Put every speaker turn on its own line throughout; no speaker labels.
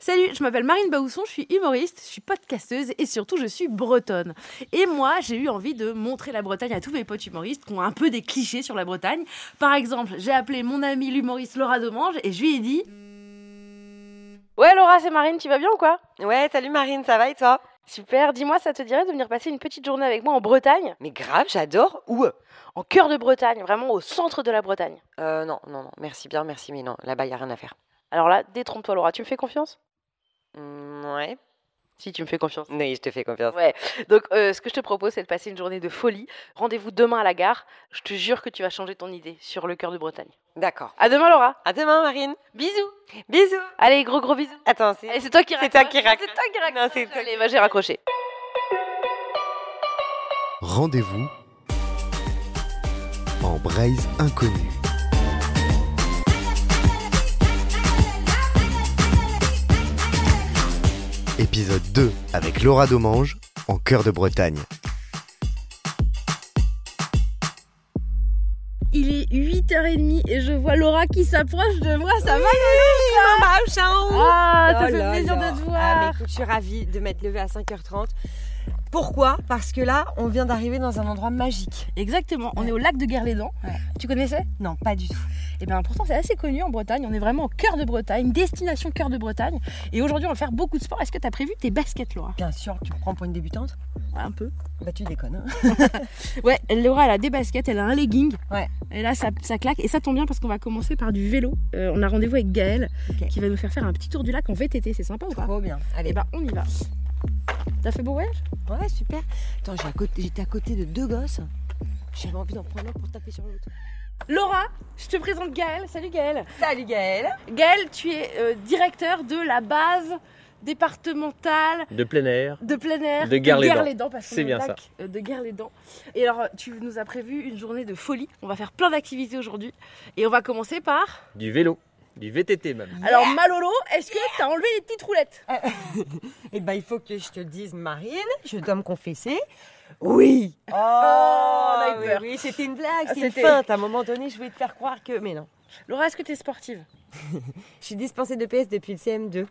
Salut, je m'appelle Marine Baousson, je suis humoriste, je suis podcasteuse et surtout je suis bretonne. Et moi, j'ai eu envie de montrer la Bretagne à tous mes potes humoristes qui ont un peu des clichés sur la Bretagne. Par exemple, j'ai appelé mon amie l'humoriste Laura Domange et je lui ai dit Ouais Laura, c'est Marine, tu vas bien ou quoi
Ouais, salut Marine, ça va et toi
Super, dis-moi, ça te dirait de venir passer une petite journée avec moi en Bretagne
Mais grave, j'adore. Où
En cœur de Bretagne, vraiment au centre de la Bretagne.
Euh, non, non, non, merci bien, merci, mais non, là-bas, il a rien à faire.
Alors là, détrompe-toi Laura, tu me fais confiance
Mm, ouais.
Si, tu me fais confiance.
Oui, je te fais confiance.
Ouais, donc euh, ce que je te propose, c'est de passer une journée de folie. Rendez-vous demain à la gare. Je te jure que tu vas changer ton idée sur le cœur de Bretagne.
D'accord.
À demain, Laura.
À demain, Marine.
Bisous.
Bisous.
Allez, gros gros bisous.
Attends,
Allez,
c'est.
c'est toi qui
C'est
raccroche.
toi qui raccroche.
C'est toi qui
Non, c'est
raccroche.
toi
Allez, va, j'ai raccroché.
Rendez-vous en Braise inconnue. Épisode 2 avec Laura Domange en cœur de Bretagne.
Il est 8h30 et je vois Laura qui s'approche de moi. Ça va Ah, ça
Oh
fait
là
plaisir
là.
de te
Ah, mais
voir.
écoute, je suis ravie de m'être levée à 5h30. Pourquoi Parce que là, on vient d'arriver dans un endroit magique.
Exactement, on est au lac de Guerlédan.
Ouais.
Tu connaissais
Non, pas du tout.
Et bien pourtant c'est assez connu en Bretagne, on est vraiment au cœur de Bretagne, destination cœur de Bretagne. Et aujourd'hui on va faire beaucoup de sport. Est-ce que t'as prévu tes baskets Laura
Bien sûr, tu me prends pour une débutante
Un peu.
Bah, tu déconnes. hein.
Ouais, Laura, elle a des baskets, elle a un legging.
Ouais.
Et là, ça, ça claque. Et ça tombe bien parce qu'on va commencer par du vélo. Euh, on a rendez-vous avec Gaël
Ok.
qui va nous faire faire un petit tour du lac en VTT. C'est sympa ou pas
Trop bien. Allez,
Eh ben, on y va. T'as fait beau voyage
ouais, super. Attends, j'ai à côté- j'étais à côté de deux gosses. J'avais envie d'en prendre un pour taper sur l'autre.
Laura, je te présente Gaël. Salut Gaël.
Salut Gaëlle
Gaël, tu es euh, directeur de la base départementale
de plein air.
de plein air
De Guerlédan.
Guerlédan, parce qu'on
C'est
est au
bien
lac, euh, de Gare les Dents. Et alors, euh, tu nous as prévu une journée de folie. On va faire plein d'activités aujourd'hui. Et on va commencer par.
Du vélo. Du VTT même.
Alors, Malolo, est-ce que t'as enlevé les petites roulettes
Eh ben, il faut que je te le dise, Marine, je dois me confesser. Oui Oh,
Ah,
a eu
oui,
peur.
oui, c'était une blague, c'était une
C'était-
feinte. À un moment donné, je voulais te faire croire que... Mais non.
Laura, est-ce que t'es sportive
Je suis dispensée de PS depuis le CM2.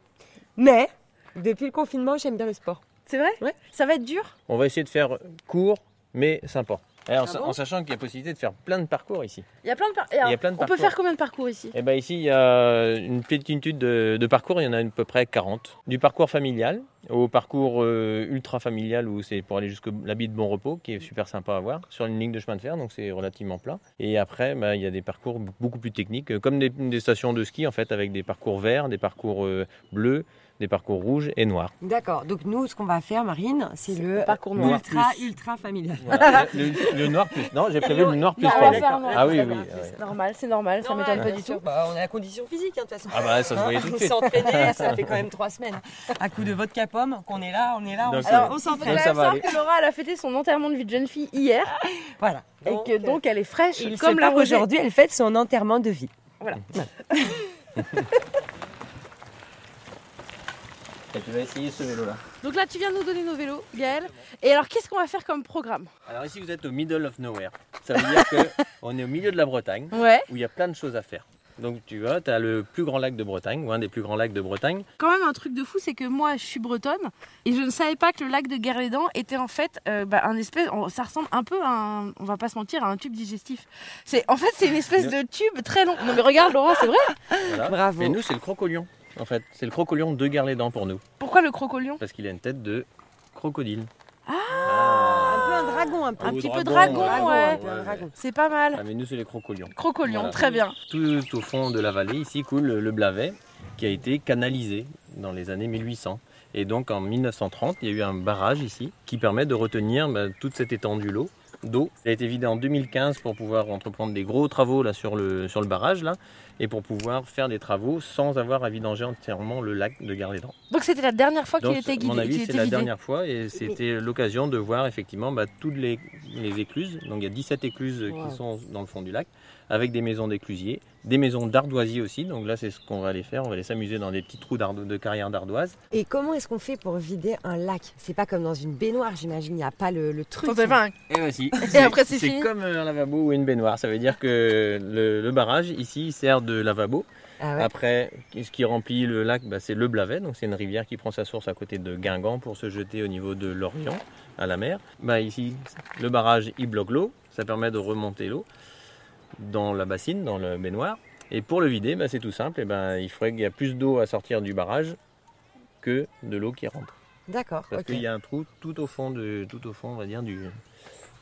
Mais depuis le confinement, j'aime bien le sport.
C'est vrai
Ouais.
Ça va être dur
On va essayer de faire court, mais sympa. Et en,
Ah
sa-
bon
en sachant qu'il y a possibilité de faire plein de parcours ici.
Il y a plein de, par- et
Il y
alors,
a plein de
On peut
parcours.
faire combien de parcours ici
Et ben ici, il y a une plénitude de, de parcours, il y en a à peu près 40. Du parcours familial au parcours euh, ultra familial où c'est pour aller jusqu'à l'habit de bon repos, qui est super sympa à voir, sur une ligne de chemin de fer, donc c'est relativement plat. Et après, ben, il y a des parcours beaucoup plus techniques, euh, comme des, des stations de ski en fait, avec des parcours verts, des parcours euh, bleus, des parcours rouges et noirs.
D'accord. Donc nous, ce qu'on va faire, Marine, c'est le
Parcours
noir.
ultra
plus.
ultra familial.
Voilà. le, le- le noir plus. Non, j'ai prévu le noir plus.
Non, on
pour
va
les-
faire un noir.
Ah oui,
Ça
oui.
va,
ouais.
C'est normal, c'est normal, ça m'étonne pas du tout.
Bah, on a la condition physique, hein, de toute façon.
Ah bah ça se voyait tout de
on
suite.
s'est entraîné, ça fait quand même trois semaines. À coup de vodka pomme, qu'on est là, on est là, on
Donc,
s'en-
Alors,
on
Faut
Donc,
quand
s'entraîne.
même
ça va
savoir
aller. Ah
que Laura, elle a fêté son enterrement de vie de jeune fille hier
Voilà.
et que donc elle est fraîche
il
comme
se
la
peut
rosée.
qu'aujourd'hui, elle fête son enterrement de vie.
Et tu vas essayer ce vélo là.
Donc là, tu viens de nous donner nos vélos, Gaël. Et alors, qu'est-ce qu'on va faire comme programme
Alors ici vous êtes au middle of nowhere. Ça veut dire que on est au milieu de la Bretagne
Ouais.
où il y a plein de choses à faire. Donc tu vois, tu as le plus grand lac de Bretagne ou un des plus grands lacs de Bretagne.
Quand même, un truc de fou, c'est que moi, je suis bretonne et je ne savais pas que le lac de Guerlédan était en fait euh, bah, un espèce. on- Ça ressemble un peu à un. On va pas se mentir, à un tube digestif. C'est En fait, c'est une espèce de tube très long. Non, mais regarde, Laura, c'est vrai.
Voilà.
Bravo.
Et nous c'est le crocolion. En fait, c'est le crocolion de Garlédan pour nous
Pourquoi le crocolion
parce qu'il a une tête de crocodile. Ah.
Un peu un dragon, un peu.
Un
Ou
petit peu dragon,
dragon,
ouais.
un peu un dragon.
C'est pas mal.
Ah mais nous c'est les crocolions.
Crocolion,
Voilà.
très bien.
Tout au fond de la vallée, ici coule le Blavet, qui a été canalisé dans les années 1800. Et donc en 1930, il y a eu un barrage ici qui permet de retenir bah, toute cette étendue l'eau d'eau. Il a été vidé en 2015 pour pouvoir entreprendre des gros travaux là sur le sur le barrage là et pour pouvoir faire des travaux sans avoir à vidanger entièrement le lac de Garlédan.
Donc c'était la dernière fois qu'il
Donc
était guidé.
mon
qu'il
avis, c'est
était
la
vidé.
dernière fois et c'était l'occasion de voir effectivement bah, toutes les, les écluses. Donc il y a 17 écluses
Wow.
qui sont dans le fond du lac avec des maisons d'éclusiers, des maisons d'ardoisiers aussi. Donc là, c'est ce qu'on va aller faire. On va aller s'amuser dans des petits trous d'ardo- de carrière d'ardoise.
Et comment est-ce qu'on fait pour vider un lac C'est pas comme dans une baignoire, j'imagine. Il n'y a pas le, le truc.
Attends, c'est pas un-
Et voici.
Et après, c'est fini.
C'est comme un lavabo ou une baignoire. Ça veut dire que le, le barrage ici il sert de lavabo
Ah ouais.
Après, ce qui remplit le lac, bah, c'est le Blavet, donc c'est une rivière qui prend sa source à côté de Guingamp pour se jeter au niveau de l'Orient, à la mer. Bah, ici, le barrage, il bloque l'eau, ça permet de remonter l'eau dans la bassine, dans le baignoire. Et pour le vider, bah, c'est tout simple, et ben il faudrait qu'il y a plus d'eau à sortir du barrage que de l'eau qui rentre.
D'accord.
Parce
ok.
qu'il y a un trou tout au fond, de, tout au fond on va dire, du,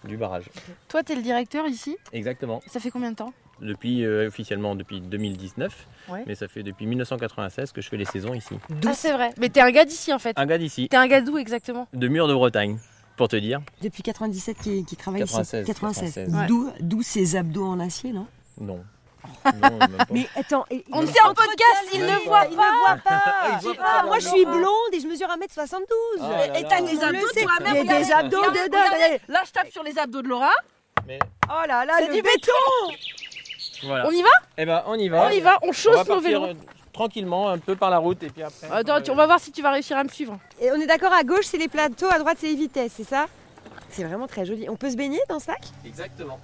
du barrage.
Toi, t'es le directeur ici.
Exactement.
Ça fait combien de temps
Depuis, euh, officiellement depuis 2019,
Ouais.
mais ça fait depuis 1996 que je fais les saisons ici.
Ah, c'est vrai. Mais t'es un gars d'ici en fait.
Un gars d'ici,
T'es un gars d'où exactement
de Mur de Bretagne, pour te dire.
Depuis 97 qui, qui travaille
96,
ici. 96.
96.
Ouais.
D'où, d'où ces abdos en acier, non
Non. Non, même pas.
Mais attends, et-
On
le
fait un podcast, il
il
ne
ne
voit pas.
Il ne voit
Ah,
pas.
il voit pas,
Ah, moi, je
non.
suis blonde et je mesure 1m72.
Ah là
Et t'as
là.
des
On le
abdos,
sait.
toi même.
Il y a des abdos
regardez,
dedans.
regardez.
regardez.
Là, je tape sur les abdos de Laura.
Mais
Oh là là,
C'est
le
du
béton.
voilà.
On y va
Eh ben, on y va.
On y va, on
On
chausse
va
nos
partir
vélos.
euh, tranquillement, un peu par la route, et puis après.
Attends, tu- on va voir si tu vas réussir à me suivre.
Et on est d'accord, à gauche, c'est les plateaux, à droite, c'est les vitesses, c'est ça C'est vraiment très joli. On peut se baigner dans ce lac
Exactement.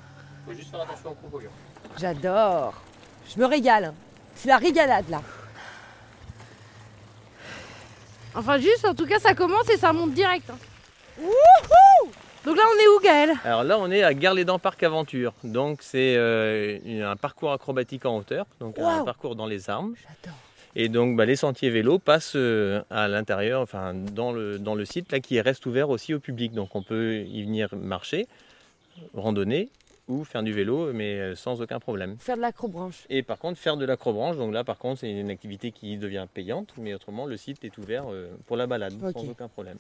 Faut juste faire attention au crocodile.
J'adore. Je me régale. C'est la régalade, là.
Enfin, juste, en tout cas, ça commence et ça monte direct. hein. Donc là, on est où, Gaël
Alors là, on est à Gare-les-Dents Parc Aventure. Donc, c'est euh, une- un parcours acrobatique en hauteur, donc un
Waouh.
parcours dans les armes.
J'adore.
Et donc, bah, les sentiers vélos passent euh, à l'intérieur, enfin, dans le, dans le site, là, qui reste ouvert aussi au public. Donc, on peut y venir marcher, randonner ou faire du vélo, mais euh, sans aucun problème.
Faire de l'acrobranche.
Et par contre, faire de l'acrobranche, donc là, par contre, c'est une activité qui devient payante, mais autrement, le site est ouvert euh, pour la balade,
Ok.
sans aucun problème.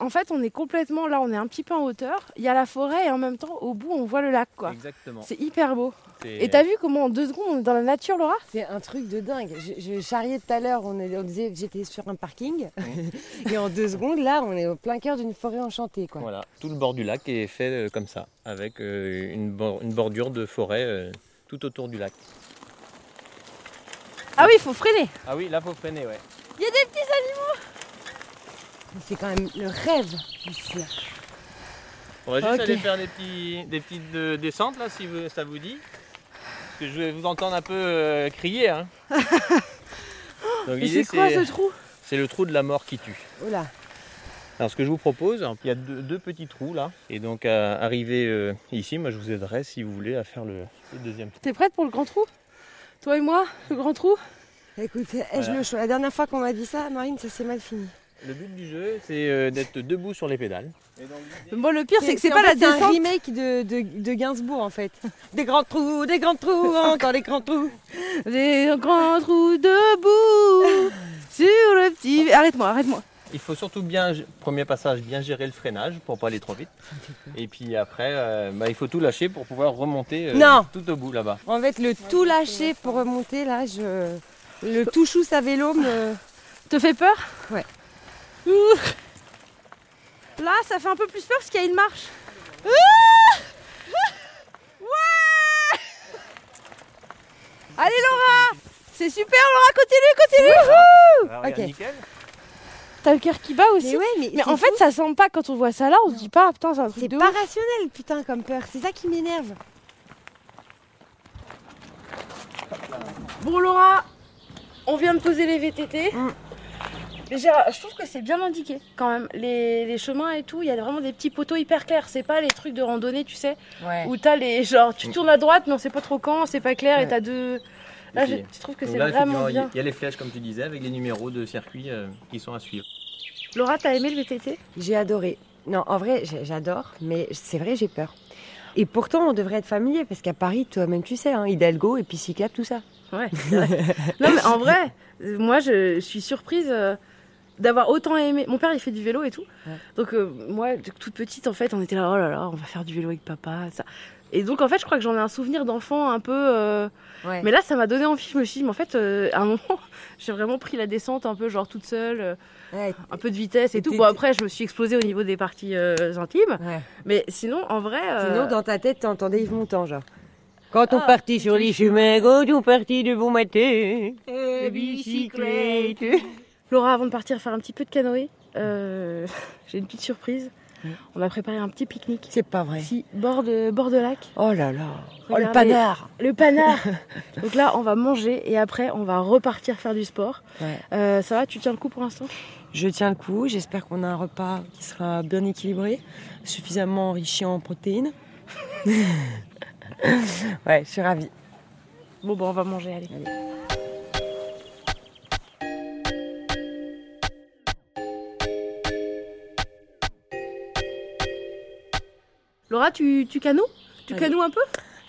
En fait, on est complètement là, on est un petit peu en hauteur. Il y a la forêt et en même temps, au bout, on voit le lac, quoi.
Exactement.
C'est hyper beau.
C'est-
Et t'as vu comment en deux secondes, on est dans la nature, Laura
C'est un truc de dingue. Je, je charriais tout à l'heure, on, est- on disait que j'étais sur un parking. et en deux secondes, là, on est au plein cœur d'une forêt enchantée. Quoi.
Voilà, tout le bord du lac est fait euh, comme ça, avec euh, une, bor- une bordure de forêt euh, tout autour du lac.
Ah oui, il faut freiner.
Ah oui, là, faut freiner, ouais.
Il y a des petits
C'est quand même le rêve ici.
On va juste
Ok.
aller faire des, petits, des petites euh, descentes, là, si vous- ça vous dit. Parce que je vais vous entendre un peu euh, crier. hein.
Mais
Donc, l'idée,
c'est quoi
c'est-
ce trou
c'est le trou de la mort qui tue.
Oh là.
Alors ce que je vous propose, il y a deux, deux petits trous là, et donc à arriver euh, ici, moi je vous aiderai si vous voulez à faire le, le deuxième trou.
T'es prête pour le grand trou Toi et moi, le grand trou
Écoute, eh, ai-je
Voilà.
le choix La dernière fois qu'on m'a dit ça, Marine, ça s'est mal fini.
Le but du jeu, c'est euh, d'être debout sur les pédales.
Moi, le pire, c'est que c'est
en
pas
fait,
la
C'est un
descente.
remake de, de, de Gainsbourg en fait. Des grands trous, des grands trous, encore des grands trous.
Des grands trous debout sur le petit. Arrête-moi, arrête-moi.
Il faut surtout bien, premier passage, bien gérer le freinage pour pas aller trop vite. Et puis après, euh, bah, il faut tout lâcher pour pouvoir remonter euh,
Non.
tout au bout là-bas.
En fait, le tout lâché pour remonter là, je. Le tout chou sa vélo me.
Te fait peur
Ouais.
Ouh. Là, ça fait un peu plus peur parce qu'il y a une marche. Ah Ouais Allez, Laura C'est super, Laura, continue, continue
regarde, Ok.
nickel.
T'as le cœur qui bat aussi.
Mais
Mais,
ouais, mais. c'est
en fait,
fou.
ça sent pas quand on voit ça là, on se dit pas, ah, putain, c'est un truc
c'est
de
pas
ouf.
rationnel putain comme peur. C'est ça qui m'énerve.
Bon, Laura, on vient de poser les VTT.
Mm.
Mais j'ai- je trouve que c'est bien indiqué quand même. Les, les chemins et tout, il y a vraiment des petits poteaux hyper clairs. C'est pas les trucs de randonnée, tu sais,
Ouais.
où t'as les. Genre, tu tournes à droite, mais on sait pas trop quand, c'est pas clair,
Ouais.
et t'as deux. Là, je,
Et puis,
je trouve que
donc
c'est
là,
vraiment
effectivement, il y a-
bien.
Il y a les flèches comme tu disais avec les numéros de circuit euh, qui sont à suivre.
Laura, t'as aimé le VTT
J'ai adoré. Non, en vrai, j'ai- j'adore, mais c'est vrai, j'ai peur. Et pourtant, on devrait être familier parce qu'à Paris, toi-même, tu sais, hein, Hidalgo et puis Cyclable, tout ça.
Ouais. non, mais en vrai, euh, moi, je, je suis surprise euh, d'avoir autant aimé. Mon père, il fait du vélo et tout.
Ouais.
Donc, euh, moi, de- toute petite, en fait, on était là, oh là là, on va faire du vélo avec papa, ça. Et donc, en fait, je crois que j'en ai un souvenir d'enfant un peu. euh,
Ouais.
Mais là, ça m'a donné envie. Je me suis dit, mais en fait, euh, à un moment, j'ai vraiment pris la descente un peu, genre toute seule, euh,
Ouais,
un peu de vitesse et
Et
tout.
t'es-
Bon, après, je me suis explosée au niveau des parties euh, intimes.
ouais.
Mais sinon, en vrai. euh,
Sinon, dans ta tête, t'entendais Yves Montand, genre. Quand on
Ah.
partit sur les chemins, quand on partit de bon matin,
euh,
de bicyclette.
Laura, avant de partir faire un petit peu de canoë, euh, j'ai une petite surprise. On a préparé un petit pique-nique.
C'est pas vrai.
Si, bord de, bord de lac.
Oh là là. Oh le
Regardez.
panard.
Le panard Donc là, on va manger et après, on va repartir faire du sport.
Ouais.
Euh, ça va, tu tiens le coup pour l'instant
Je tiens le coup. J'espère qu'on a un repas qui sera bien équilibré, suffisamment enrichi en protéines. ouais, je suis ravie.
Bon, bon, on va manger, allez. Laura, tu, tu canaux Tu
Allez.
canaux un peu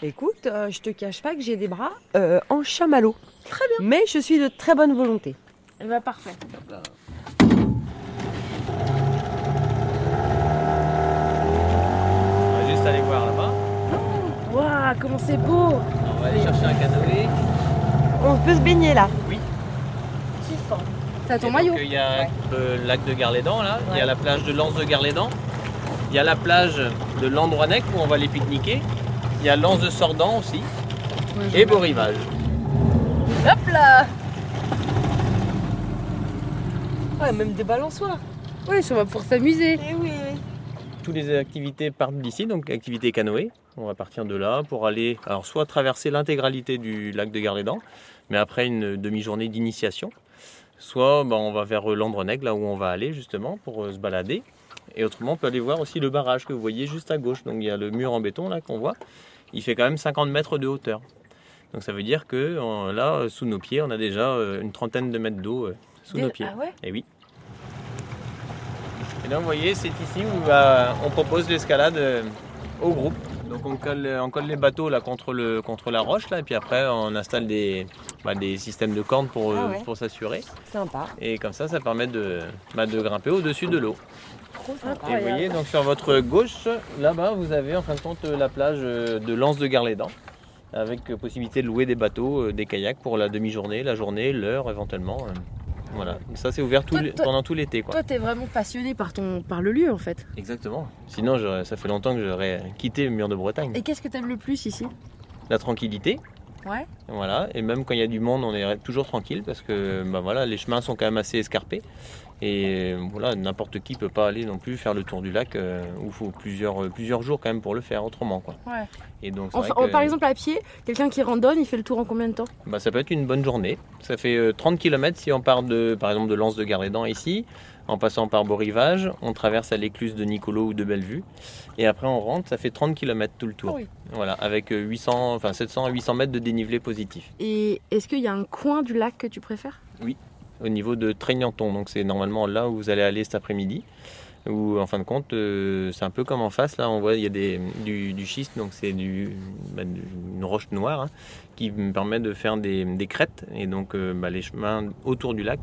Écoute, euh, je te cache pas que j'ai des bras euh, en chamallow. Très bien. Mais je suis de très bonne volonté.
Elle va parfait.
On va juste aller voir là-bas.
Waouh, comment c'est beau
On va aller chercher un canoë.
On peut se baigner là.
T'as ton
Et
maillot
donc, euh, Il y a le lac de Garlédan, là. Il y a la plage de l'Anse de Garlédan. Il y a la plage de l'Androanec où on va aller pique-niquer. Il y a l'Anse de Sordan aussi. et Beau Rivage.
Hop là
Ouais, même des balançoires.
Oui, ça va pour s'amuser.
Toutes les activités partent d'ici, donc activité canoë. On va partir de là pour aller, alors soit traverser l'intégralité du lac de Garlédan, mais après une demi-journée d'initiation, soit bah, on va vers l'Androneg, là où on va aller justement pour euh, se balader. Et autrement, on peut aller voir aussi le barrage que vous voyez juste à gauche. Donc il y a le mur en béton là qu'on voit. Il fait quand même 50 mètres de hauteur. Donc ça veut dire que euh, là, euh, sous nos pieds, on a déjà euh, une trentaine de mètres d'eau euh, sous nos pieds.
Ah ouais
Et oui. Et donc, vous voyez, c'est ici où euh, on propose l'escalade euh, au groupe. Donc, on colle, euh, on colle les bateaux là, contre, le, contre la roche, là, et puis après, on installe des, bah, des systèmes de cordes pour, euh,
Ah ouais.
pour s'assurer.
Sympa.
Et comme ça, ça permet de, bah, de grimper au-dessus de l'eau.
Trop
Ah
sympa.
Et vous voyez, donc sur votre gauche, là-bas, vous avez en fin de compte la plage euh, de l'Anse de Garlédan, avec euh, possibilité de louer des bateaux, euh, des kayaks pour la demi-journée, la journée, l'heure éventuellement. euh. Voilà, ça c'est ouvert tout
Toi,
l-
toi-
pendant tout l'été. quoi.
Toi, t'es vraiment passionné par, ton, par le lieu en fait.
Exactement. Sinon, j'aurais- ça fait longtemps que j'aurais quitté le mur de Bretagne.
Et qu'est-ce que t'aimes le plus ici
La tranquillité.
Ouais.
Voilà. Et même quand il y a du monde, on est toujours tranquille parce que bah voilà, les chemins sont quand même assez escarpés. Et euh, voilà, n'importe qui peut pas aller non plus faire le tour du lac euh, où il faut plusieurs, euh, plusieurs jours quand même pour le faire autrement. Quoi.
Ouais.
Et donc, c'est
En-
vrai
en-
que,
oh, Par exemple, à pied, quelqu'un qui randonne, il fait le tour en combien de temps
bah, ça peut être une bonne journée. Ça fait euh, 30 km si on part de, par exemple de Lens de Garlédan ici, en passant par Beau Rivage, on traverse à l'écluse de Nicolo ou de Bellevue, et après on rentre, ça fait 30 km tout le tour.
Ah oui.
Voilà, avec euh, 800, enfin 700 à 800 mètres de dénivelé positif
Et est-ce qu'il y a un coin du lac que tu préfères
au niveau de Trégnanton. Donc c'est normalement là où vous allez aller cet après-midi. Où en fin de compte, euh, c'est un peu comme en face. Là, on voit il y a des, du, du schiste, donc c'est du, bah, du- une roche noire hein, qui me permet de faire des, des crêtes et donc euh, bah, les chemins autour du lac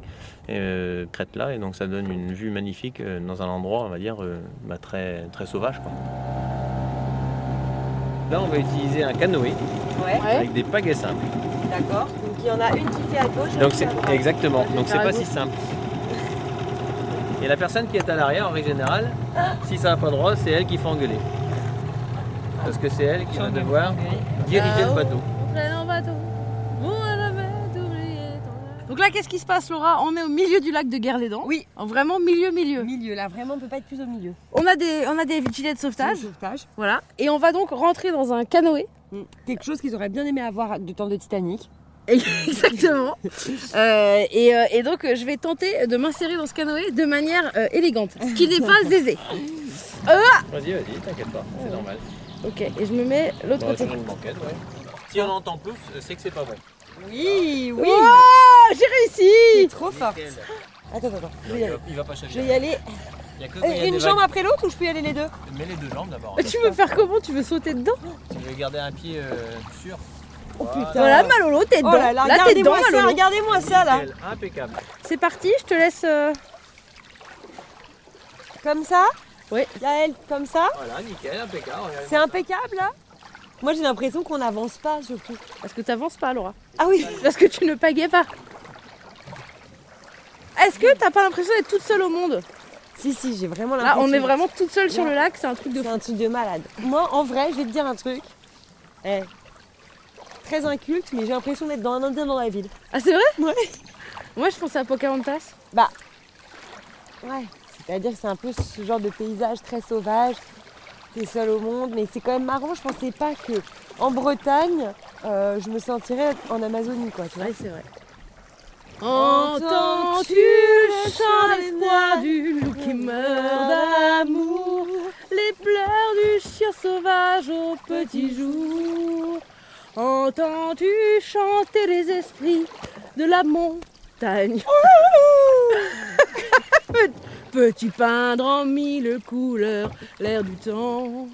euh, crêtes là et donc ça donne une vue magnifique euh, dans un endroit, on va dire euh, bah, très très sauvage. quoi. Là, on va utiliser un canoë
Ouais,
avec des pagaies simples.
d'accord. Donc il y en a une qui fait à gauche.
Donc c'est exactement.
Je vais
Donc c'est
faire à
pas
gauche.
si simple. Et la personne qui est à l'arrière, en règle générale, si ça va pas droit, c'est elle qui fait engueuler. Parce que c'est elle qui va devoir diriger le bateau.
Donc là, qu'est-ce qui se passe, Laura On est au milieu du lac de Guerlédan.
Oui.
En Vraiment milieu, milieu.
milieu là, vraiment on peut pas être plus au milieu.
On a des, on a des gilets de sauvetage.
sauvetage.
Voilà. Et on va donc rentrer dans un canoë.
Mm. Quelque chose qu'ils auraient bien aimé avoir du temps de Titanic.
Exactement. Euh, et, euh, et donc, euh, je vais tenter de m'insérer dans ce canoë de manière euh, élégante. Ce qui n'est pas aisé.
Ah.
Vas-y, vas-y, t'inquiète pas, c'est normal.
Ok. Et je me mets l'autre côté.
une banquette, ouais. Si on entend pouf, c'est que c'est pas vrai.
Oui, oui.
Oh, j'ai réussi
C'est trop fort. Attends, attends, attends. Je vais y aller.
Il va pas chavirer.
hein. Je vais y aller.
Il y a que
Euh, Une jambe après l'autre ou je peux y aller les deux
Mets les deux jambes d'abord.
Tu veux faire comment Tu veux sauter dedans
Ah.
Tu veux garder un pied euh, sûr.
Oh putain.
Voilà, Malolo, t'es
Oh
dedans.
là là,
t'es dedans,
regardez-moi ça,
Malolo.
regardez-moi ça là.
Impeccable.
C'est parti, je te laisse. euh,
Comme ça
Oui.
Yael, comme ça
Voilà, nickel, impeccable.
C'est impeccable là Moi j'ai l'impression qu'on n'avance pas surtout.
Parce que t'avances pas, Laura.
Ah oui
Parce que tu ne pagayes pas. Est-ce que t'as pas l'impression d'être toute seule au monde
Si, si, j'ai vraiment
Là,
l'impression.
on est vraiment toute seule sur le lac, c'est un truc de
C'est
fou.
un truc de malade. Moi en vrai, je vais te dire un truc. Eh, Très inculte, mais j'ai l'impression d'être dans un indien dans la ville.
Ah, c'est vrai
Ouais.
Moi, je pensais à Pocahontas.
Ouais, C'est-à-dire que c'est un peu ce genre de paysage très sauvage. T'es seul au monde, mais c'est quand même marrant. Je pensais pas que en Bretagne, euh, je me sentirais en Amazonie, quoi. Tu vois.
Ouais, c'est vrai.
Entends-tu le chant d'espoir
du loup
qui meurt d'amour
Les pleurs du chien sauvage au petit jour Entends-tu chanter les esprits de la montagne Pe- Peux-tu peindre en mille couleurs l'air du temps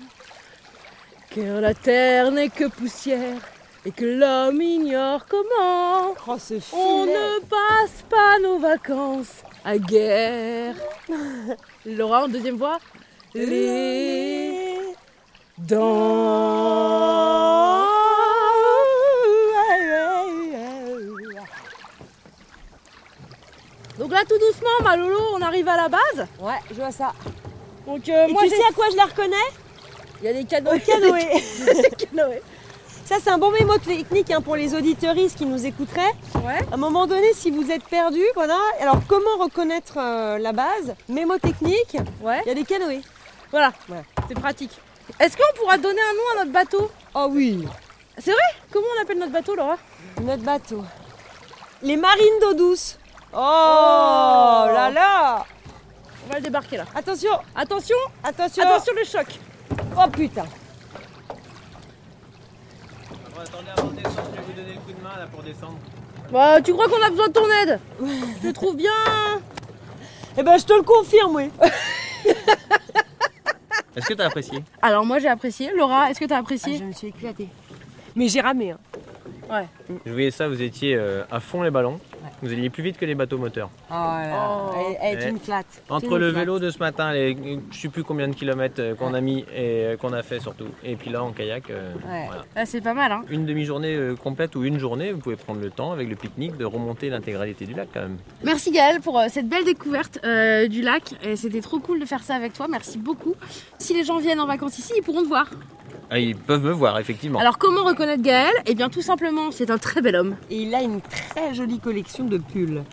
Car la terre n'est que poussière et que l'homme ignore comment
Oh, ce filet.
on ne passe pas nos vacances à guerre. Laura en deuxième voix. Les dents. Donc là, tout doucement, ma Lolo, on arrive à la base.
Ouais, je vois ça.
Donc euh,
Et
moi,
tu
j'ai-
sais à quoi je la reconnais
il y a des canoës.
Au canoë.
Des canoës.
Ça, c'est un bon mémo technique hein, pour les auditeuristes qui nous écouteraient.
Ouais.
À un moment donné, si vous êtes perdu, voilà. Alors, comment reconnaître euh, la base Mémo technique,
Ouais.
il y a des canoës.
Voilà.
Ouais.
C'est pratique. Est-ce qu'on pourra donner un nom à notre bateau
Oh oui,
Comment on appelle notre bateau, Laura
notre bateau. Les marines d'eau douce. Oh, là là
On va le débarquer là.
Attention,
Attention,
attention,
attention le choc.
Oh putain
Attendez avant de descendre, je vais vous donner le coup de main là pour descendre.
Bah, tu crois qu'on a besoin de ton aide Je te trouve bien
Eh ben, je te le confirme, oui.
Est-ce que t'as apprécié
Alors, moi j'ai apprécié. Laura, est-ce que t'as
Ah,
apprécié
me suis éclatée. Mais j'ai ramé. hein.
Je voyais ça, vous étiez euh, à fond les ballons. Vous alliez plus vite que les bateaux moteurs.
Oh là là.
Oh.
Elle, elle est
Eh.
une flatte.
Entre le vélo de ce matin, les, je sais plus combien de kilomètres euh, qu'on a mis et euh, qu'on a fait surtout. Et puis là en kayak, euh,
Ouais.
voilà.
Ah, C'est pas mal, hein
une demi-journée euh, complète ou une journée, vous pouvez prendre le temps avec le pique-nique de remonter l'intégralité du lac quand même.
Merci Gaël pour euh, cette belle découverte euh, du lac. Et C'était trop cool de faire ça avec toi, merci beaucoup. Si les gens viennent en vacances ici, ils pourront te voir.
Ah, ils peuvent me voir effectivement.
Alors, comment reconnaître Gaël Eh bien, tout simplement, c'est un très bel homme.
Et il a une très jolie collection de pulls.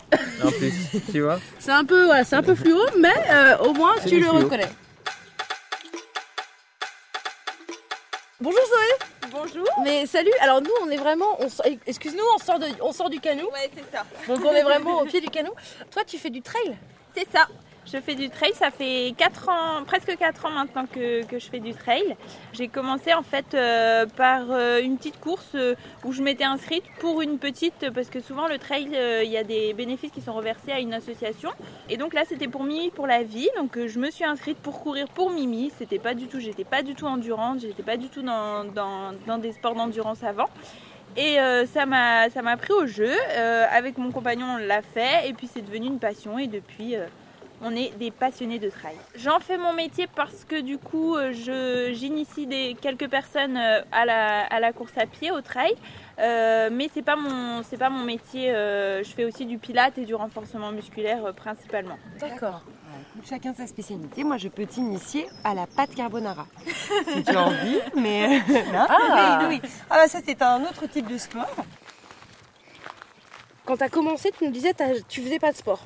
En plus, tu vois.
C'est un peu, voilà, c'est un peu fluo, mais euh, au moins
C'est
tu
du
le
fluo.
reconnais. Bonjour Zoé
Bonjour.
Mais salut Alors nous, on est vraiment... on sort- Excuse-nous, on, sort de- on sort du canot.
Ouais, c'est ça.
Donc on est vraiment au pied du canot. Toi, tu fais du trail
C'est ça. Je fais du trail, ça fait 4 ans, presque 4 ans maintenant que, que je fais du trail. J'ai commencé en fait euh, par euh, une petite course euh, où je m'étais inscrite pour une petite, parce que souvent le trail, euh, il y a des bénéfices qui sont reversés à une association. Et donc là c'était pour Mimi pour la vie, donc euh, je me suis inscrite pour courir pour Mimi. C'était pas du tout, j'étais pas du tout endurante, j'étais pas du tout dans, dans- dans des sports d'endurance avant. Et euh, ça m'a ça m'a pris au jeu. Euh, avec mon compagnon, on l'a fait. Et puis c'est devenu une passion. Et depuis, euh, on est des passionnés de trail. J'en fais mon métier parce que du coup, euh, je- j'initie des- quelques personnes euh, à la, à la course à pied, au trail. Euh, mais c'est pas mon c'est pas mon métier. Euh, je fais aussi du pilate et du renforcement musculaire euh, principalement.
D'accord.
Chacun sa spécialité. Moi, je peux t'initier à la pâte carbonara. si tu as envie, mais. euh, Non,
Ah.
mais oui, oui. Ah, bah, ça, c'est un autre type de sport.
Quand t'as commencé, tu nous disais t'as- tu faisais pas de sport.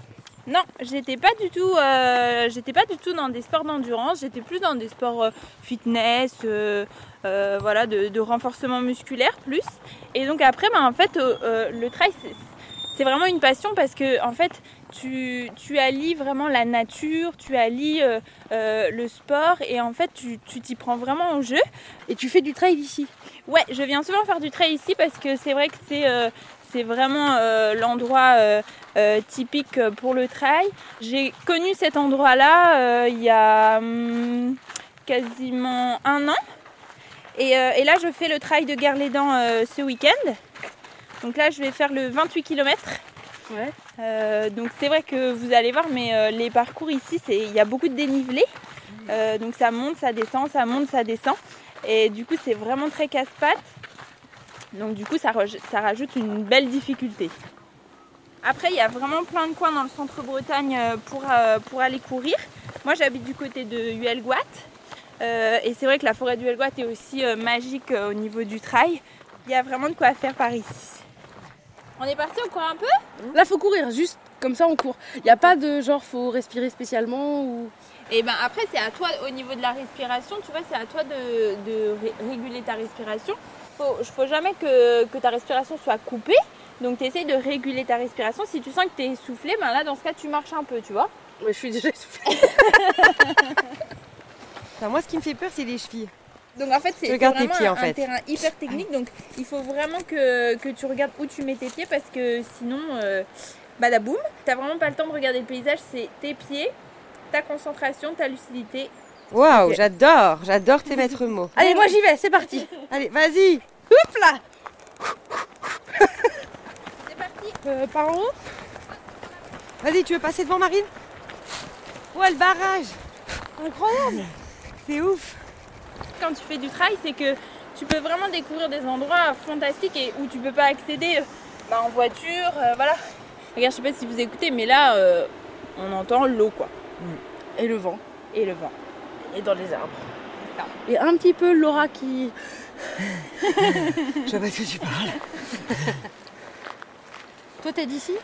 Non, j'étais pas du tout, euh, j'étais pas du tout dans des sports d'endurance. J'étais plus dans des sports euh, fitness, euh, euh, voilà, de, de renforcement musculaire plus. Et donc après, ben, en fait, euh, euh, le trail, c'est- c'est vraiment une passion parce que en fait, tu, tu allies vraiment la nature, tu allies euh, euh, le sport et en fait, tu tu t'y prends vraiment au jeu.
Et tu fais du trail ici.
Ouais, je viens souvent faire du trail ici parce que c'est vrai que c'est euh, c'est vraiment euh, l'endroit euh, euh, typique pour le trail. J'ai connu cet endroit-là euh, il y a hum, quasiment un an. Et, euh, et là, je fais le trail de Guerlédan euh, ce week-end. Donc là, je vais faire le 28 km.
Ouais.
Euh, donc c'est vrai que vous allez voir, mais euh, les parcours ici, c'est- il y a beaucoup de dénivelé. Euh, donc ça monte, ça descend, ça monte, ça descend. Et du coup, c'est vraiment très casse-pâte. Donc du coup, ça, raj- ça rajoute une belle difficulté. Après, il y a vraiment plein de coins dans le centre-Bretagne euh, pour, euh, pour aller courir. Moi, j'habite du côté de Huelgoat. Euh, et c'est vrai que la forêt d'Huelgoat est aussi euh, magique euh, au niveau du trail. Il y a vraiment de quoi faire par ici. On est parti, on court un peu
Là, faut courir, juste comme ça on court. Il n'y a pas de genre faut respirer spécialement ou.
Et ben après, c'est à toi, au niveau de la respiration, tu vois, c'est à toi de, de ré- réguler ta respiration. Faut, faut jamais que, que ta respiration soit coupée. Donc, tu essaies de réguler ta respiration. Si tu sens que tu es essoufflé, ben là, dans ce cas, tu marches un peu, tu vois.
Ouais, je suis déjà essoufflée.
Enfin, moi, ce qui me fait peur, c'est les chevilles.
Donc, en fait, c'est
Tu
c'est
regardes tes
vraiment
pieds,
un,
en fait.
un terrain hyper technique. Donc, il faut vraiment que, que tu regardes où tu mets tes pieds parce que sinon, euh, badaboum, t'as vraiment pas le temps de regarder le paysage. C'est tes pieds, ta concentration, ta lucidité.
Waouh, j'adore, j'adore tes maîtres mots.
Allez, moi j'y vais, c'est parti.
Allez, vas-y.
C'est parti
Euh, par en haut
Vas-y, tu veux passer devant Marine Ouais, le barrage Incroyable C'est ouf
quand tu fais du trail, c'est que tu peux vraiment découvrir des endroits fantastiques et où tu peux pas accéder euh, bah, en voiture, euh, voilà. Regarde, je sais pas si vous écoutez, mais là, euh, on entend l'eau, quoi,
Et le vent.
et le vent.
Et dans les arbres. Et un petit peu Laura qui.
Je vois pas de quoi tu parles.
Toi t'es d'ici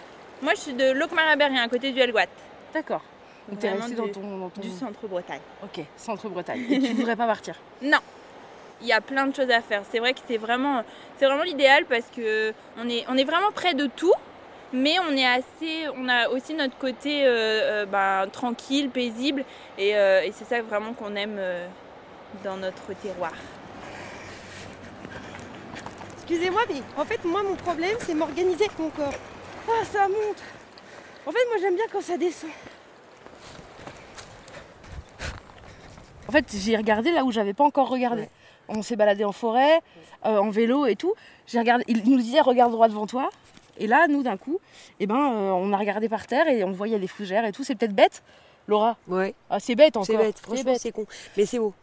Moi, je suis de Locmaraberien, à côté du Helgoat,
D'accord. Donc t'es
Vraiment
restée
du-
dans ton. dans ton-
du centre-Bretagne.
Ok, centre-Bretagne. Et tu voudrais pas partir.
Il y a plein de choses à faire. C'est vrai que c'est vraiment, c'est vraiment l'idéal parce que on est, on est vraiment près de tout, mais on est assez, on a aussi notre côté euh, euh, ben, tranquille, paisible, et, euh, et c'est ça vraiment qu'on aime euh, dans notre terroir.
Excusez-moi, mais en fait, moi, mon problème, c'est m'organiser avec mon corps. Ah, ça monte En fait, moi, j'aime bien quand ça descend.
En fait, j'ai regardé là où j'avais pas encore regardé.
Ouais.
On s'est baladé en forêt, euh, en vélo et tout. J'ai regardé. Il nous disait regarde droit devant toi. Et là, nous d'un coup, eh ben, euh, on a regardé par terre et on voyait les fougères et tout. C'est peut-être bête, Laura.
Ouais,
Ah, c'est bête encore.
c'est bête, franchement, c'est con. Mais c'est beau,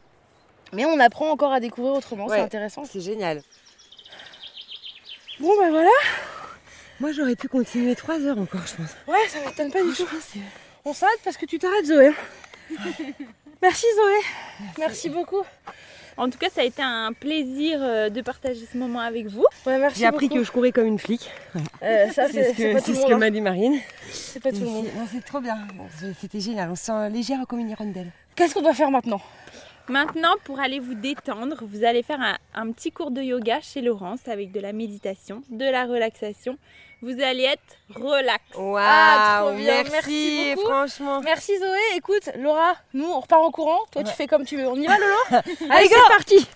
Mais on apprend encore à découvrir autrement.
Ouais.
C'est intéressant.
c'est génial.
Bon ben
bah,
voilà.
Moi, j'aurais pu continuer 3 heures encore, je pense.
Ouais, ça m'étonne pas du tout.
Ah,
On s'arrête parce que tu t'arrêtes, Zoé. hein. Merci Zoé. Merci beaucoup.
En tout cas, ça a été un plaisir euh, de partager ce moment avec vous.
Ouais, merci
J'ai appris
beaucoup.
que je courais comme une flic.
Euh, ça,
C'est
c'est
ce
c'est
que,
pas tout
c'est
le
ce que
monde. hein.
m'a dit Marine.
C'est pas tout le monde.
Non, c'est trop bien. Bon, c'est- C'était génial, on se sent légère comme une hirondelle.
Qu'est-ce qu'on doit faire maintenant
Maintenant, pour aller vous détendre, vous allez faire un, un petit cours de yoga chez Laurence avec de la méditation, de la relaxation. Vous allez être relax.
Waouh,
Ah, trop bien, merci beaucoup.
franchement.
Merci Zoé, écoute, Laura, nous on repart en courant, toi tu fais comme tu veux, on y va Lolo
Allez, c'est parti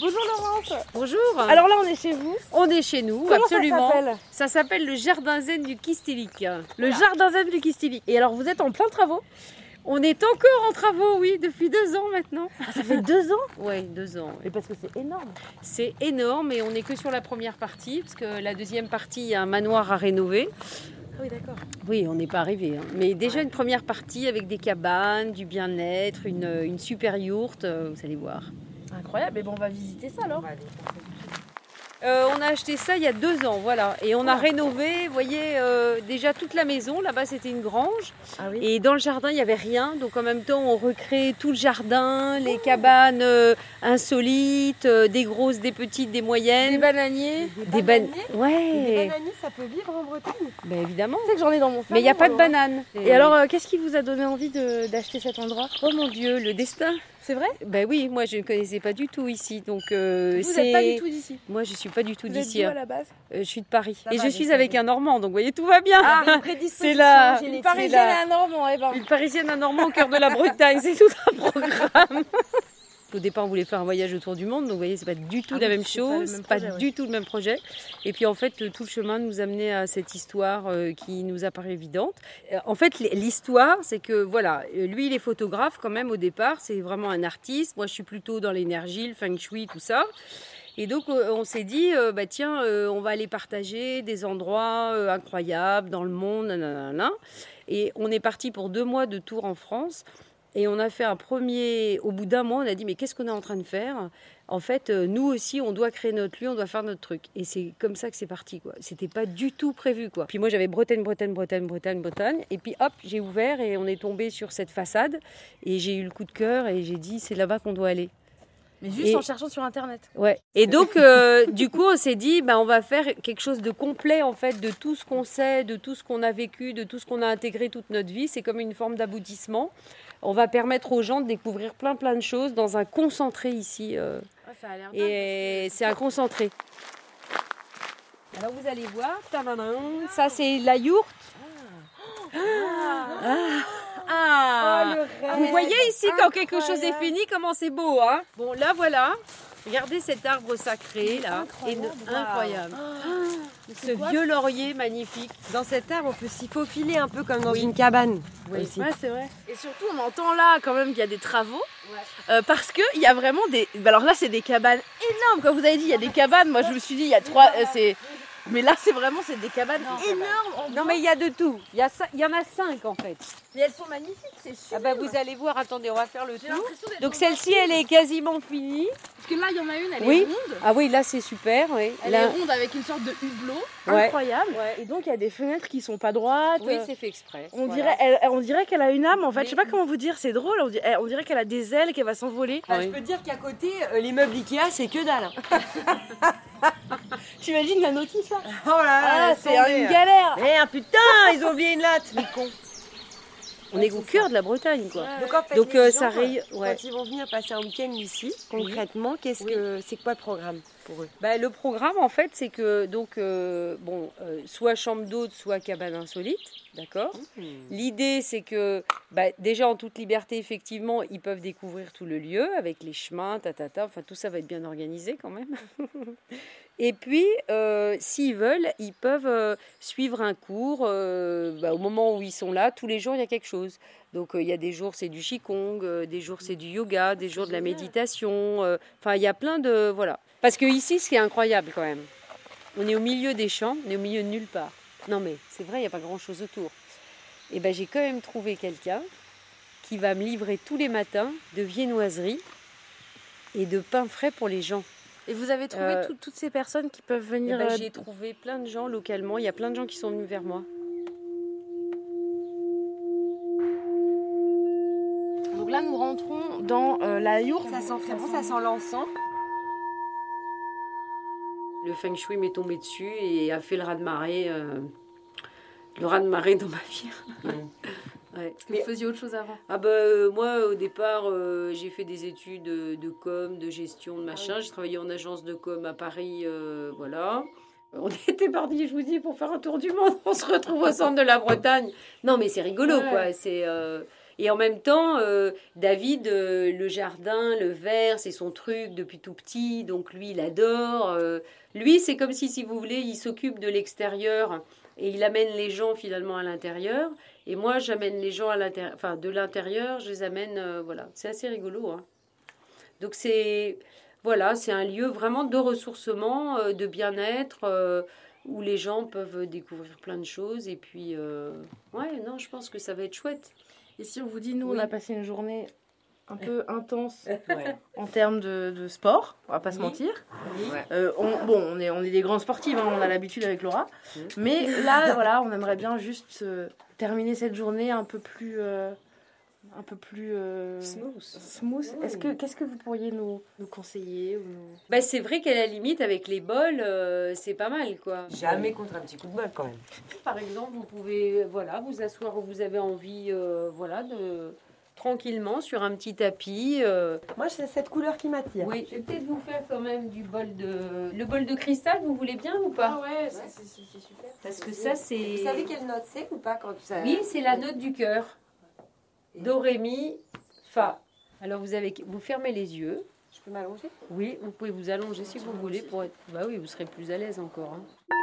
Bonjour Laurence
Bonjour.
Alors là on est chez vous,
on est chez nous,
Comment
absolument.
ça s'appelle
Ça s'appelle le jardin zen du Kistilic. Le jardin zen du Kistilic. Et alors, vous êtes en plein travaux On est encore en travaux, oui, depuis deux ans maintenant.
Ah, Ça fait deux ans
Oui, deux ans.
Mais parce que c'est énorme
C'est énorme et on n'est que sur la première partie, parce que la deuxième partie, il y a un manoir à rénover.
Ah oui d'accord.
Oui, on n'est pas arrivé. hein. Mais déjà une première partie avec des cabanes, du bien-être, une, une super yourte, euh, vous allez voir.
Incroyable, mais bon on va visiter ça alors.
Euh, on a acheté ça il y a deux ans, voilà. Et
Ah.
on a rénové, vous voyez, euh, déjà toute la maison. Là-bas, c'était une grange.
Ah oui.
Et dans le jardin, il n'y avait rien. Donc en même temps, on recrée tout le jardin, les cabanes euh, insolites, euh, des grosses, des petites, des
Des
moyennes.
bananiers.
Des ban- Ouais,
ça peut vivre en Bretagne
Ben, évidemment.
Tu sais que j'en ai dans mon
Mais il n'y a pas de
banane.
bananes.
hein. Et alors euh, qu'est-ce qui vous a donné envie de- d'acheter cet endroit
Oh mon Dieu, le destin.
C'est vrai
Ben oui, moi je ne connaissais pas du tout ici, donc euh,
Vous
c'est.
n'êtes pas du tout d'ici.
Moi je suis pas du tout
Vous êtes
d'ici.
d'où à
hein.
la base
Euh, je suis de Paris
Ça
et
va,
je
j'ai
suis
ça,
avec
j'ai-
un Normand, donc vous voyez tout va bien.
Ah,
Ah,
c'est là.
Une
génétique.
c'est
parisienne
là.
et un normand, eh ben.
Une parisienne, un normand au cœur de la Bretagne, c'est tout un programme. Au départ, on voulait faire un voyage autour du monde, donc vous voyez, c'est pas du tout
Ah
la
oui,
même
c'est pas le
chose,
même
pas,
projet, ouais.
du tout le même projet. Et puis en fait, euh, tout le chemin nous amenait à cette histoire euh, qui nous apparaît évidente. Euh, En fait, l- l'histoire, c'est que voilà, euh, lui, il est photographe quand même au départ, c'est vraiment un artiste. Moi, je suis plutôt dans l'énergie, le feng shui, tout ça. Et donc, euh, on s'est dit, euh, bah tiens, euh, on va aller partager des endroits euh, incroyables dans le monde, nanana. Et on est parti pour deux mois de tour en France. Et on a fait un premier. Au bout d'un mois, on a dit mais qu'est-ce qu'on est en train de faire En fait, euh, nous aussi, on doit créer notre lieu, on doit faire notre truc. Et c'est comme ça que c'est parti, quoi. C'était pas du tout prévu, quoi. Puis moi, j'avais Bretagne, Bretagne, Bretagne, Bretagne, Bretagne. Et puis hop, j'ai ouvert et on est tombé sur cette façade. Et j'ai eu le coup de cœur et j'ai dit c'est là-bas qu'on doit aller.
Mais juste
Et-
en cherchant sur internet.
Ouais. Et donc, euh, du coup, on s'est dit, bah, on va faire quelque chose de complet, en fait, de tout ce qu'on sait, de tout ce qu'on a vécu, de tout ce qu'on a intégré toute notre vie. C'est comme une forme d'aboutissement. On va permettre aux gens de découvrir plein, plein de choses dans un concentré ici. euh.
Ah, ça a l'air
et c'est un concentré. Alors, vous allez voir, tadadam, ça, c'est la yourte.
Ah.
Ah. Vous voyez ici, quand quelque chose est fini, comment c'est beau, hein Bon, là, voilà. Regardez cet arbre sacré, là.
Incroyable.
Et ne- incroyable.
Ah.
Ce vieux laurier magnifique.
Dans cet arbre, on peut s'y faufiler un peu comme dans une cabane. aussi.
Ouais, c'est vrai.
Et surtout, on entend là quand même qu'il y a des travaux. Euh, parce qu'il y a vraiment des. bah alors là, c'est des cabanes énormes. Comme vous avez dit, il y a des cabanes. Moi, je me suis dit, il y a trois. euh, c'est... Mais là, c'est vraiment c'est des cabanes énormes. en
Non, mais il y a de tout. Il y, a ça- il y en a cinq, en fait.
Mais elles sont magnifiques, c'est
Ah
super.
bah, vous allez voir. Attendez, on va faire le tour. Donc,
Donc
celle-ci, elle est quasiment finie.
parce que là, il y en a une, elle
Oui.
est ronde.
Ah oui, là, c'est super, oui.
Elle
Là-
est ronde avec une sorte de hublot.
Ouais.
Incroyable. Et donc, il y a des fenêtres qui sont pas droites.
Oui,
Euh,
c'est fait exprès.
on,
Voilà.
dirait, elle- elle- on dirait qu'elle a une âme en fait.
Mais-
Je sais pas comment vous dire, c'est drôle. On di- elle- on dirait, qu'elle a des ailes, qu'elle va s'envoler.
Bah, Je peux te dire qu'à côté, euh, les meubles Ikea, c'est que dalle. hein.
Tu imagines la notice là
Oh là
Ah, c'est une galère.
Merde, Eh, putain, ils ont oublié une latte. Les cons.
On est au cœur de la Bretagne, quoi.
Donc, en fait,
Donc,
les
euh,
gens,
ça raye-
quand
ouais.
ils vont venir passer un week-end ici, concrètement, qu'est-ce que c'est quoi le programme pour eux
Bah, le programme, en fait, c'est que, donc, euh, bon, euh, soit chambre d'hôte, soit cabane insolite, d'accord
Mmh.
L'idée, c'est que, bah, déjà, en toute liberté, effectivement, ils peuvent découvrir tout le lieu avec les chemins, tatata, enfin, tout ça va être bien organisé quand même. Et puis, euh, s'ils veulent, ils peuvent euh, suivre un cours. euh, bah, au moment où ils sont là, tous les jours, il y a quelque chose. Donc, euh, il y a des jours, c'est du Qigong, euh, des jours, c'est du yoga, des jours de la méditation. euh, Enfin, il y a plein de... Voilà. Parce que ici, ce qui est incroyable quand même, on est au milieu des champs, on est au milieu de nulle part. Non mais c'est vrai, il n'y a pas grand-chose autour. Et ben j'ai quand même trouvé quelqu'un qui va me livrer tous les matins de viennoiseries et de pain frais pour les gens.
Et vous avez trouvé
Euh,
tout- toutes ces personnes qui peuvent
Eh
venir.
ben,
euh,
j'ai trouvé plein de gens localement, il y a plein de gens qui sont venus vers moi.
Donc là, nous rentrons dans euh, la yourte.
Ça sent très bon, ça sent l'encens.
Le feng shui m'est tombé dessus et a fait le raz-de-marée, euh, le raz-de-marée dans ma vie. Ouais.
Parce que vous faisiez autre chose avant.
Ah bah euh, moi au départ euh, j'ai fait des études euh, de com, de gestion, de
Ah
machin. J'ai travaillé en agence de com à Paris, euh, voilà. On était parti, je vous dis, pour faire un tour du monde. On se retrouve au centre de la Bretagne. Non mais c'est rigolo
Ouais.
quoi. C'est euh, et en même temps euh, David euh, le jardin, le verre, c'est son truc depuis tout petit. Donc lui il adore. Euh, lui c'est comme si si vous voulez il s'occupe de l'extérieur et il amène les gens finalement à l'intérieur. Et moi, j'amène les gens à l'intérieur, enfin de l'intérieur, je les amène, euh, voilà. C'est assez rigolo. hein. Donc c'est, voilà, c'est un lieu vraiment de ressourcement, euh, de bien-être, euh, où les gens peuvent découvrir plein de choses. Et puis, euh, ouais, non, je pense que ça va être chouette.
Et si on vous dit, nous,
Oui.
on a passé une journée un peu intense en termes de, de sport, on va pas se mentir. Euh, on- bon, on est, on est des grands sportifs, hein, on a l'habitude avec Laura.
Oui.
Mais là, voilà, on aimerait bien juste euh, terminer cette journée un peu plus. euh, un peu plus. euh, smooth. Est-ce que, qu'est-ce que vous pourriez nous, nous conseiller ou nous-
Bah, c'est vrai qu'à la limite, avec les bols, euh, c'est pas mal, quoi.
Jamais contre un petit coup de bol quand même.
Par exemple, vous pouvez voilà, vous asseoir où vous avez envie, euh, voilà, de tranquillement sur un petit tapis. euh.
Moi, c'est cette couleur qui m'attire.
Oui, je vais peut-être vous faire quand même du bol de... Le bol de cristal, vous voulez bien ou
Ah
pas
ouais, c'est super.
Parce que ça, c'est...
Vous savez quelle note c'est ou pas quand ça
Oui, c'est la note du cœur. Do, ré, mi, fa. Alors, vous, avez... vous fermez les yeux.
Je peux m'allonger
Oui, vous pouvez vous allonger si vous voulez pour être... Bah oui, vous serez plus à l'aise encore. hein.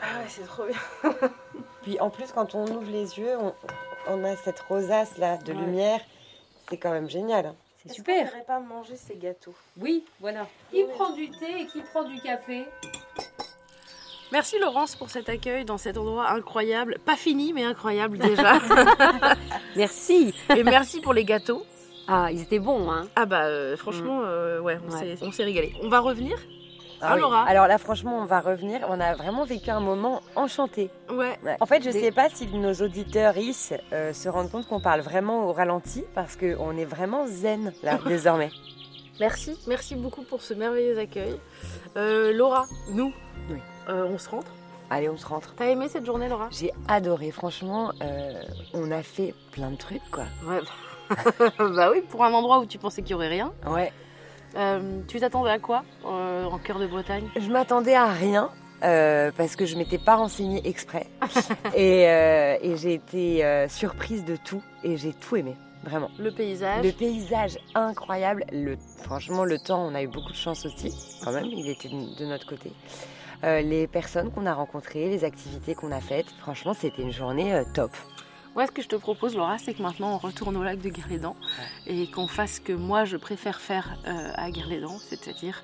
Ah c'est trop bien.
Puis en plus, quand on ouvre les yeux, on, on a cette rosace là de
Ouais.
lumière. C'est quand même génial. hein.
C'est super.
pas manger ces gâteaux.
Oui, voilà. Qui prend du thé et qui prend du café
Merci Laurence pour cet accueil dans cet endroit incroyable. Pas fini, mais incroyable déjà.
Merci.
Et merci pour les gâteaux.
Ah, ils étaient bons, hein.
Ah bah euh, franchement, euh, ouais, on
Ouais.
s'est- on s'est régalé. On va revenir
Ah oui.
Laura
Alors là, franchement, on va revenir. On a vraiment vécu un moment enchanté.
Ouais.
En fait, je
Des-
sais pas si nos auditeurs ici euh, se rendent compte qu'on parle vraiment au ralenti parce qu'on est vraiment zen là désormais.
Merci, merci beaucoup pour ce merveilleux accueil. Euh, Laura, nous,
Oui.
euh, on se rentre.
Allez, on se rentre.
T'as aimé cette journée, Laura
J'ai adoré, franchement, euh, on a fait plein de trucs quoi.
Ouais. bah oui, pour un endroit où tu pensais qu'il y aurait rien.
Ouais.
Euh, tu t'attendais à quoi euh, en cœur de Bretagne
Je m'attendais à rien euh, parce que je m'étais pas renseignée exprès et, euh, et j'ai été euh, surprise de tout et j'ai tout aimé, vraiment.
Le paysage.
Le paysage incroyable, le, franchement le temps, on a eu beaucoup de chance aussi, quand même, il était de de notre côté. Euh, les personnes qu'on a rencontrées, les activités qu'on a faites, franchement c'était une journée euh, top.
Moi, ce que je te propose, Laura, c'est que maintenant on retourne au lac de Guerlédan et qu'on fasse ce que moi je préfère faire euh, à Guerlédan, c'est-à-dire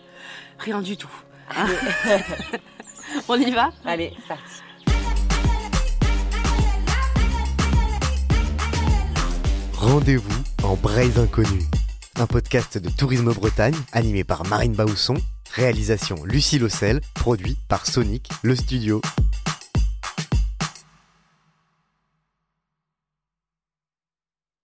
rien du tout. on y va
Allez, c'est parti.
Rendez-vous en Braise Inconnue, un podcast de Tourisme Bretagne animé par Marine Baousson, réalisation Lucie Lossel, produit par Sonic, le studio.